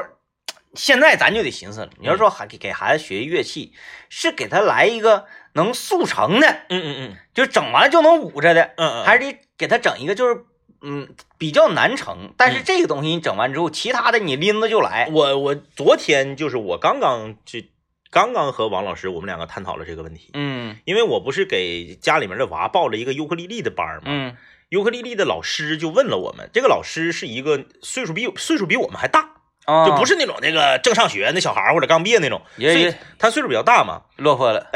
现在咱就得寻思了。
嗯
你要说还给给孩子学乐器，是给他来一个能速成的，
嗯嗯嗯
就整完了就能捂着的，
嗯嗯，
还
是
是得给他整一个就是嗯比较难成，但是
嗯
这个东西你整完之后，其他的你拎着就来。
我我昨天就是我刚刚去。刚刚和王老师，我们两个探讨了这个问题。
嗯
因为我不是给家里面的娃报了一个尤克里里的班儿嘛，
嗯
尤克里里的老师就问了我们，这个老师是一个岁数比岁数比我们还大，
啊，
就不是那种那个正上学那小孩儿或者刚毕业那种，
也
所以
也
他岁数比较大嘛，
落魄
哎
了。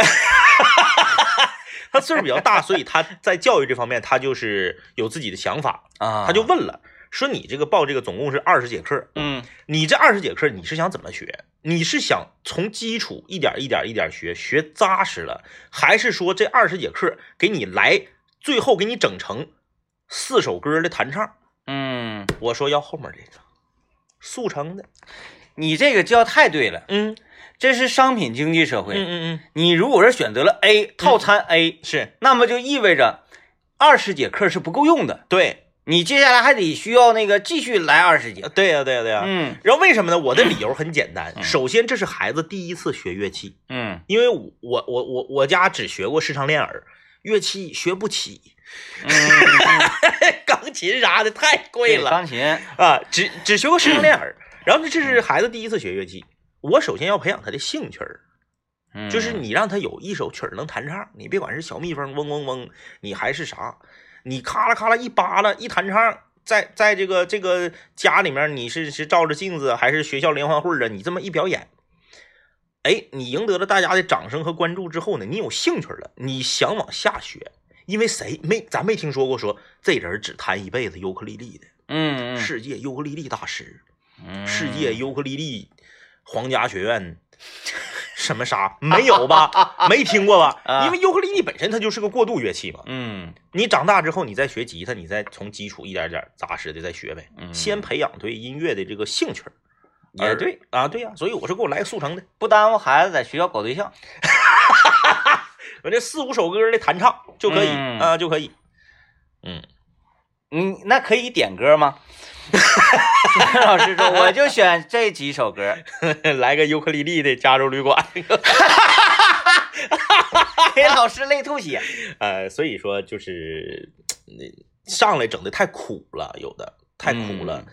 他岁数比较大，所以他在教育这方面他就是有自己的想法，
啊，
他就问了，说你这个报这个总共是二十节课，
嗯
你这二十节课你是想怎么学？你是想从基础一点一点一点学，学扎实了，还是说这二十节课给你来，最后给你整成四首歌的弹唱？
嗯，
我说要后面这个速成的，
你这个教太对了，
嗯
这是商品经济社
嗯
会。
嗯嗯，
你如果是选择了 A 套餐 A，、
是
那么就意味着二十节课是不够用的，
对，
你接下来还得需要那个继续来二十节。
对呀、对呀、对呀、
嗯
然后为什么呢？我的理由很简单，首先这是孩子第一次学乐器，
嗯，
因为我我我我家只学过视唱练耳，乐器学不起，
嗯
钢琴啥的太贵
对
嗯了。
钢琴，
啊，只只学过师生恋耳，然后这是孩子第一次学乐器。我首先要培养他的兴趣儿，
嗯
就是你让他有一首曲儿能弹唱，你别管是小蜜蜂嗡嗡嗡，你还是啥，你咔啦咔啦一扒拉一弹唱，在在这个这个家里面，你是是照着镜子还是学校联欢会儿啊？你这么一表演，哎，你赢得了大家的掌声和关注之后呢，你有兴趣儿了，你想往下学，因为谁没咱没听说过说这人儿只弹一辈子尤克里里的，
嗯嗯
世界尤克里里大师，
嗯
世界尤克里里皇家学院什么啥没有吧？没听过 吧？
啊
因为尤克里里本身它就是个过渡乐器嘛。
嗯
你长大之后，你再学吉他，你再从基础一点点扎实的再学呗，
嗯
先培养对音乐的这个兴趣儿。
也
而
对
啊，对呀、所以我说给我来个速成的，
不耽误孩子在学校搞对象。
我这四五首歌的弹唱就可以、
嗯
啊，就可以。嗯，
嗯，那可以点歌吗？ 老师说，我就选这几首歌。
来个尤克里里的《加州旅馆》。
给哎老师累吐血。
呃，所以说就是那上来整的太苦了，有的太苦了，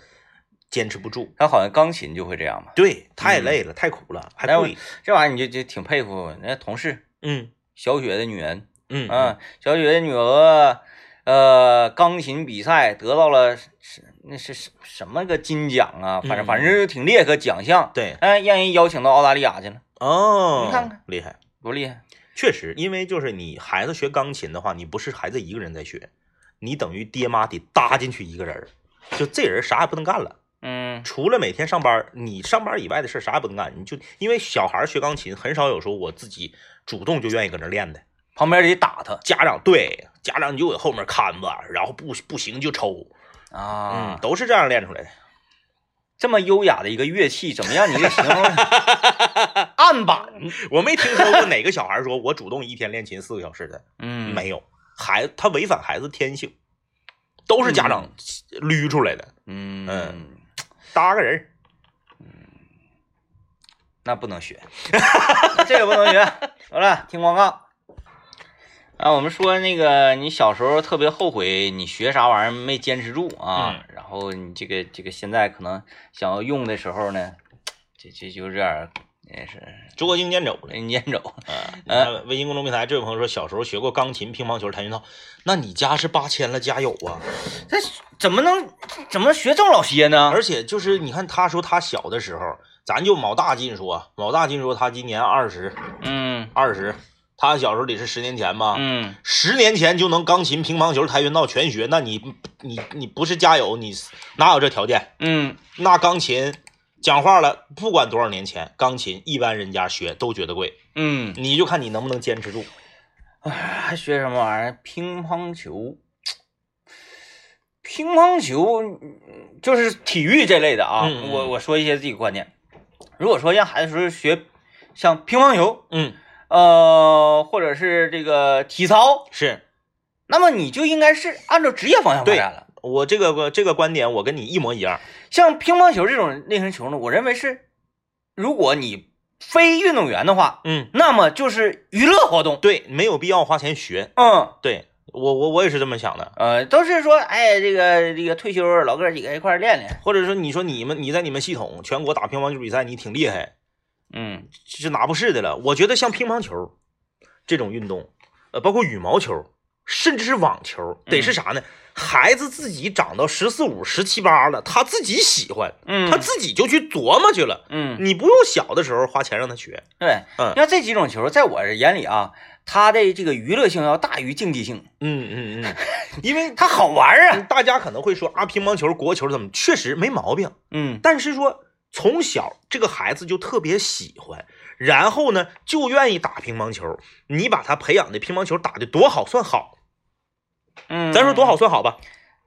坚持不住。
他好像钢琴就会这样嘛。
对，太累了，太苦了，还
嗯哎我
贵。
这玩意儿你就就挺佩服人家同事
嗯
小雪的女人。
嗯
啊嗯，小雪的女儿，呃，钢琴比赛得到了是那是什什么个金奖啊？反正
嗯
反正就挺厉害个奖项，
对，
哎，让人邀请到澳大利亚去了，
哦，
你看看
厉害，
多厉害！
确实，因为就是你孩子学钢琴的话，你不是孩子一个人在学，你等于爹妈得搭进去一个人儿，就这人啥也不能干了。
嗯，
除了每天上班儿，你上班儿以外的事儿啥也不能干，你就因为小孩儿学钢琴很少有说我自己主动就愿意搁那儿练的，
旁边得打他
家长对家长你就搁后面看吧，然后不不行就抽，
啊
嗯，，都是这样练出来的。
这么优雅的一个乐器，怎么让你给形容？案板，
我没听说过哪个小孩儿说我主动一天练琴四个小时的，
嗯，
没有，孩子他违反孩子天性，都是家长捋出来的，
嗯
嗯搭个人儿。
那不能学， 这个不能学。好了，听广告。啊，我们说那个你小时候特别后悔你学啥玩意儿没坚持住啊，然后你这个这个现在可能想要用的时候呢，这这就有点儿也是
捉襟见肘了。
人撵走。
啊，你看微信公众平台这位朋友说，小时候学过钢琴、乒乓球、跆拳道，那你家是八千了，家有啊？
这怎么能怎么学这么老些呢？
而且就是你看，他说他小的时候，咱就卯大劲说，卯大劲说他今年二十
嗯
二十，他小时候得是十年前吧？
嗯，
十年前就能钢琴、乒乓球、跆拳道全学，那你你你不是家有，你哪有这条件？
嗯，
那钢琴，讲话了，不管多少年前，钢琴一般人家学都觉得贵，
嗯，
你就看你能不能坚持住。
哎，还学什么玩意儿？乒乓球，乒乓球嗯就是体育这类的啊。
嗯嗯
我我说一些自己观点。如果说让孩子说学像乒乓球，
嗯，
呃，或者是这个体操，
是。
那么你就应该是按照职业方向发
对
展了。
我这个这个观点，我跟你一模一样。
像乒乓球这种类型球呢，我认为是，如果你非运动员的话，
嗯，
那么就是娱乐活动。
对，没有必要花钱学。
嗯，
对我，我我也是这么想的。
呃，都是说，哎，这个这个退休老哥几个一块儿练练。
或者说，你说你们你在你们系统全国打乒乓球比赛，你挺厉害，
嗯。
这是拿不是的了。我觉得像乒乓球这种运动，呃，包括羽毛球，甚至是网球，得是啥呢？孩子自己长到十四五、十七八了，他自己喜欢，
嗯，
他自己就去琢磨去了。
嗯，
你不用小的时候花钱让他学。
对，
嗯
像这几种球，在我眼里啊，它的这个娱乐性要大于竞技性，
嗯嗯嗯， 因为
它好玩儿啊。
大家可能会说啊，乒乓球、国球怎么？确实没毛病，
嗯
但是说从小这个孩子就特别喜欢，然后呢就愿意打乒乓球。你把他培养的乒乓球打的多好算好，
嗯，
咱说多，好嗯算好吧。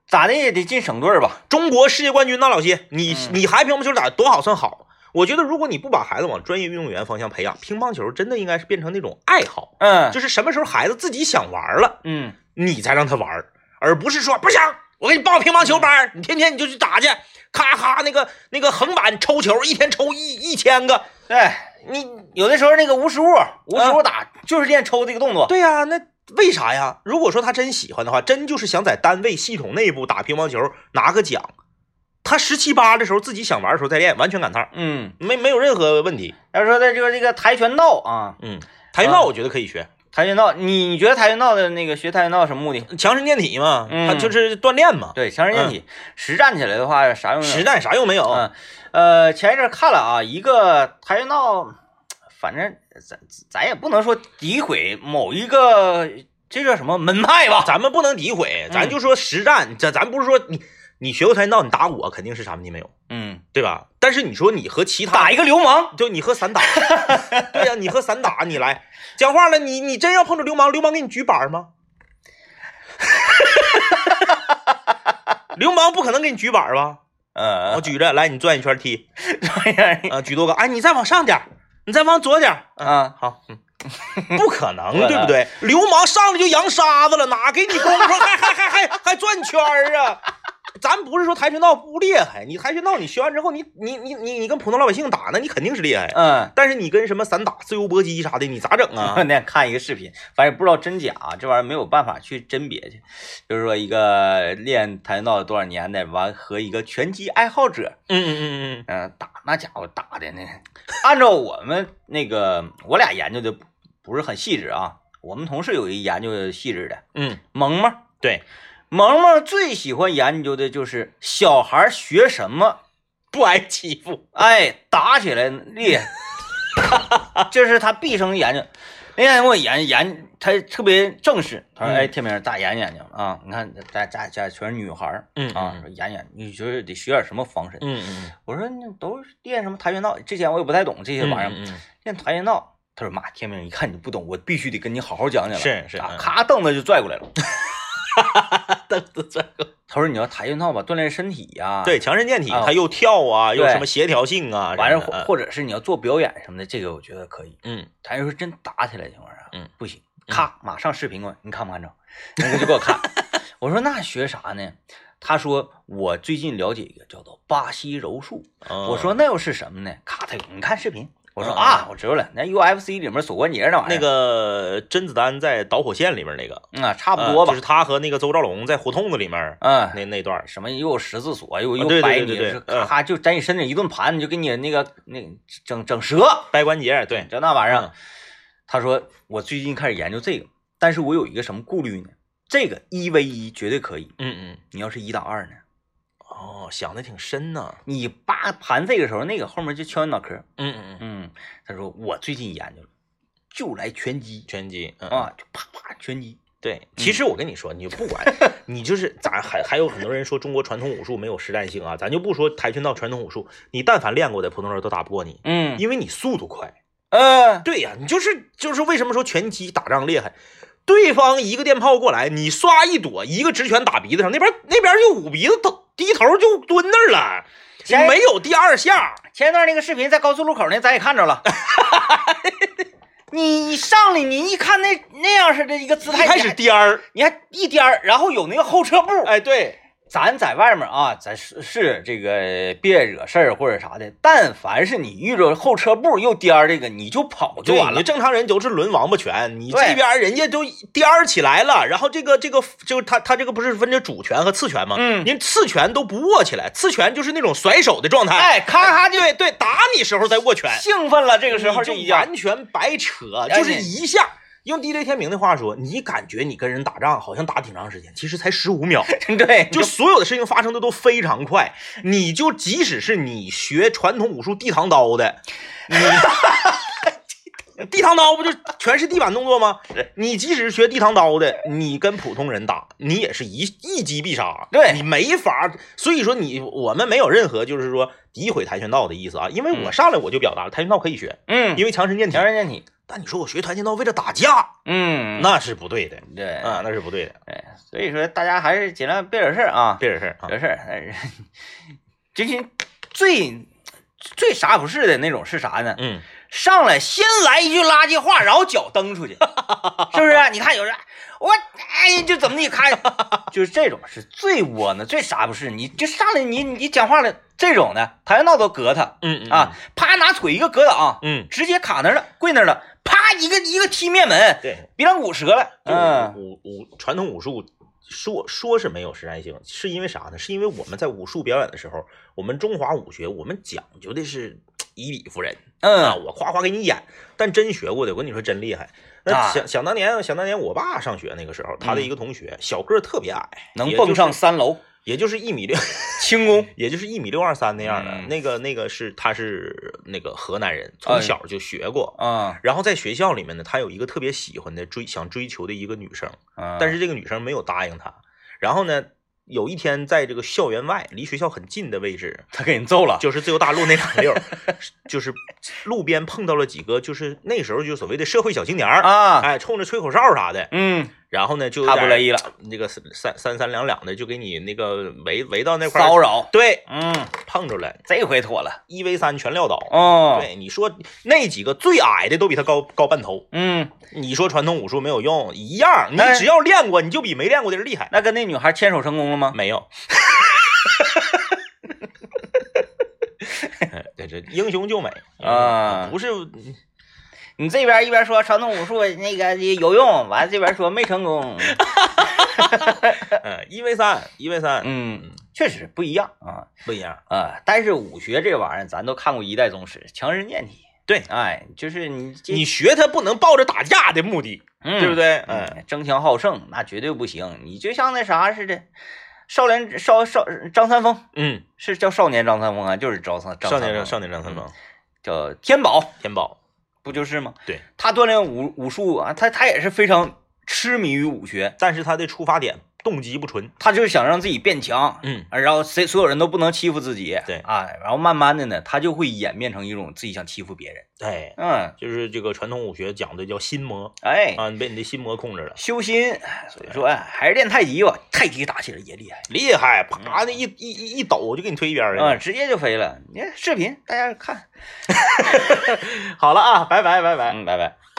咋的也得进省队儿吧？
中国世界冠军那老些，你
嗯
你还乒乓球打的多好算好？我觉得如果你不把孩子往专业运动员方向培养，乒乓球真的应该是变成那种爱好，
嗯
就是什么时候孩子自己想玩了，
嗯
你再让他玩儿，而不是说不行，我给你报乒乓球班儿，你天天你就去打去，咔咔那个那个横板抽球，一天抽一一千个。
对你有的时候那个无实物，无实物打、就是练抽这个动作。
嗯对呀、那为啥呀？如果说他真喜欢的话，真就是想在单位系统内部打乒乓球拿个奖。他十七八的时候自己想玩的时候再练，完全赶趟儿，
嗯，
没没有任何问题。
要说的就是这个跆拳道啊，
嗯，跆拳道
啊
我觉得可以学，
跆拳道，你你觉得跆拳道的那个学跆拳道什么目的？
强身健体嘛，
嗯
他就是锻炼嘛，
对，强身健体，实战起来的话啥用？
嗯实战啥用没有？
嗯，呃，前一阵儿看了啊，一个跆拳道，反正咱咱也不能说诋毁某一个，这叫什么门派吧？
咱们不能诋毁，咱
嗯
就说实战。咱咱不是说你你学过跆拳道，你打我肯定是啥问题没有，
嗯，
对吧？但是你说你和其他
打一个流氓，
就你和 散打，对呀、你和散打，你来讲话了，你你真要碰着流氓，流氓给你举板吗？ 流氓不可能给你举板吧？我
呃，
举着，来你转一圈踢，
这样
啊、举多高？哎，你再往上点儿，你再往左点儿，嗯、
啊，
好，嗯， 不可能，啊
不可能
对不对？流氓上来就扬沙子了，哪给你功夫？还还还还还转圈儿啊？咱不是说跆拳道不厉害，你跆拳道你学完之后，你你你你你跟普通老百姓打，那你肯定是厉害。啊
嗯。
但是你跟什么散打、自由搏击啥的，你咋整
那
啊？
天看一个视频，反正也不知道真假、啊这玩意儿没有办法去甄别去。就是说，一个练跆拳道多少年的，完和一个拳击爱好者，
嗯嗯嗯
嗯、打那家伙打的呢，按照我们那个我俩研究的不不是很细致啊，我们同事有一研究细致的
嗯嗯，
萌萌，
对，
萌萌最喜欢研究的就是小孩学什么，
不挨欺负。
哎，打起来厉害， 这是他毕生研究。那天给我研研，他特别正式，他说：“
嗯
哎，天明，咱研究研究啊，你看咱咱咱全是女孩儿
嗯
啊，说研究，你就是得学点什么防身。
嗯嗯，
我说那都是练什么跆拳道，之前我也不太懂这些
这
玩意儿，
嗯嗯
练跆拳道。他说：“妈，天明，一看你就不懂，我必须得跟你好好讲讲了。
是是
啊
嗯，
咔凳子就拽过来了。
凳子转过来
他说：“你要跆拳道吧，锻炼身体呀、，
对，强身健体，
啊
它又跳啊，又
对
什么协调性啊，
完
什
事
么
或
的
或者是你要做表演什么的，这个我觉得可以。
嗯
他就说真打起来的情况下，
嗯，
啊不行，咔，马上视频给我，你看不看着？那个就给我看。 我说那学啥呢？他说我最近了解一个叫做巴西柔术。
嗯，
我说那又是什么呢？咔，他你看视频。我说
嗯
啊，我知道了，那 UFC 里面锁关节那玩意儿，
那个甄子丹在《导火线》里面那个，
嗯啊，差不多
呃
吧
就是。他和那个周兆龙在胡同子里面
嗯，
那呃那段儿，
什么又有十字锁，又
啊对
又
对
摆
对
你，
对对
是
嗯
咔就在你身上一顿盘，就给你那个那整整折。
掰关节，对，
就那玩意儿。
嗯
他说我最近开始研究这个，但是我有一个什么顾虑呢？这个一 v 一绝对可以，
嗯嗯，
你要是一打二呢？
哦，想的挺深呐，
你扒盘这个时候，那个后面就敲你脑壳。
嗯嗯嗯，
嗯，他说我最近研究了，就来拳击
拳击，嗯，
啊，就啪啪拳击。
对，其实我跟你说，你就不 管，你就是咱还还有很多人说中国传统武术没有实战性啊，咱就不说跆拳道传统武术，你但凡练过的普通人都打不过你，
嗯，
因为你速度快。
呃，
对呀、你就是就是为什么说拳击打仗厉害，对方一个电炮过来，你唰一躲，一个直拳打鼻子上，那边那边就捂鼻子，头低头就蹲那儿了，你
前
没有第二下。
前一段那个视频在高速路口那，咱也看着 了。你上来，你一看那那样式的一个姿
一
态，
开始颠儿，
你还你还一颠儿，然后有那个后撤步，
哎，对，
咱在外面啊，咱是是这个别惹事儿或者啥的，但凡是你遇着后车部又颠儿这个，你就跑就
对
完了
你。正常人都是抡王八拳，你
对
这边人家都颠儿起来了，然后这个这个就是他他这个不是分着主拳和次拳吗？
嗯
人次拳都不握起来，次拳就是那种甩手的状态，
哎咔咔
就对对，打你时候再握拳，
兴奋了，这个时候
你就
一下
完全白扯，
哎
就是
你
一下。用 DJ 天明的话说，你感觉你跟人打仗好像打挺长时间，其实才十 五秒，
对，
就所有的事情发生的都非常快。你就即使是你学传统武术地堂刀的，你 地堂刀不就全是地板动 作吗？你即使是学地堂刀的，你跟普通人打，你也是一一击必杀，
对
你没法。所以说你我们没有任何就是说诋毁跆拳道的意思啊，因为我上来我就表达了跆拳道可以学，
嗯，
因为强身健体
强。身健体，
但你说我学跆拳道为了打架，
嗯，
那是不对的
对，
啊，那是不对的，
对，所以说大家还是尽量别惹事儿啊，
别惹事儿啊。
惹事儿。 但是真心最最啥不是的那种是啥呢？
嗯，
上来先来一句垃圾话，然后脚蹬出去，是不是、你看有人，我哎就怎么地看，就是这种是最窝囊、最啥不是，你就上来你你讲话了这种的，跆拳道都隔他
嗯嗯
啊，啪拿腿一个格挡，
嗯，
直接卡那儿了，跪那儿了，啪一个一个踢面门，
对。
鼻梁骨折了，
嗯，
嗯
武武传统武术说说是没有实战性，是因为啥呢？是因为我们在武术表演的时候，我们中华武学我们讲究的是以理服人啊，
嗯
我夸夸给你演。但真学过的，我跟你说真厉害。
啊
那想想当年，想当年我爸上学那个时候，他的一个同学小个儿特别矮，
能
也
蹦
就是
上三楼，
也就是一米六，
轻功，
也就是一米六二三那样的。
嗯
那个那个是他是那个河南人，
哎
从小就学过。
嗯
然后在学校里面呢，他有一个特别喜欢的追想追求的一个女生，
嗯，
但是这个女生没有答应他。然后呢，有一天在这个校园外，离学校很近的位置，
他给人揍了，
就是自由大路那两溜儿， 就是路边碰到了几个，就是那时候就所谓的社会小青年儿，
啊，
哎，冲着吹口哨啥的。
嗯，
然后呢，就有
他
点
不乐意了，
那个三三三三两两的就给你那个围围到那块
骚
儿，
扰，
对，
嗯，
碰着了，
这回妥了，
一 v 三全撂倒。
哦，。
对，你说那几个最矮的都比他高高半头，
嗯，
你说传统武术没有用，一样，你
哎
只要练过，你就比没练过的人厉害。
那跟那女孩牵手成功了吗？
没 有。哎这这英雄 救美
啊
嗯不是
你这边一边说传统武术那个有用，完了这边说没成 功。
嗯一 v 三一 v 三
嗯，确实不一样啊
不一样，
啊！但是武学这玩意儿，咱都看过一代宗师，强身健体。
对
哎，就是你这
你学他不能抱着打架的目的，
嗯
对不对？嗯，
嗯，争强好胜那绝对不行。你就像那啥似的，少年少少张三丰
嗯，
是叫少年张三丰啊，就是张三张
少
三
年
丰
张少年张三丰，
叫天宝，
天宝，
不就是吗？
对，
他锻炼武武术啊，他他也是非常痴迷于武学，
但是他的出发点动机不纯，
他就是想让自己变强，
嗯，
啊然后谁所有人都不能欺负自己，
对
啊，然后慢慢的呢，他就会演变成一种自己想欺负别人，
哎，
嗯，
就是这个传统武学讲的叫心魔
哎，
啊，你被你的心魔控制了，
修心，所以说哎还是练太极吧，太极打起来也厉害，
厉害，啪的一一一一抖就给你推一边儿去
啊、
了。
直接就飞了。你看视频大家看，
好了啊，拜拜拜拜。
嗯，拜拜。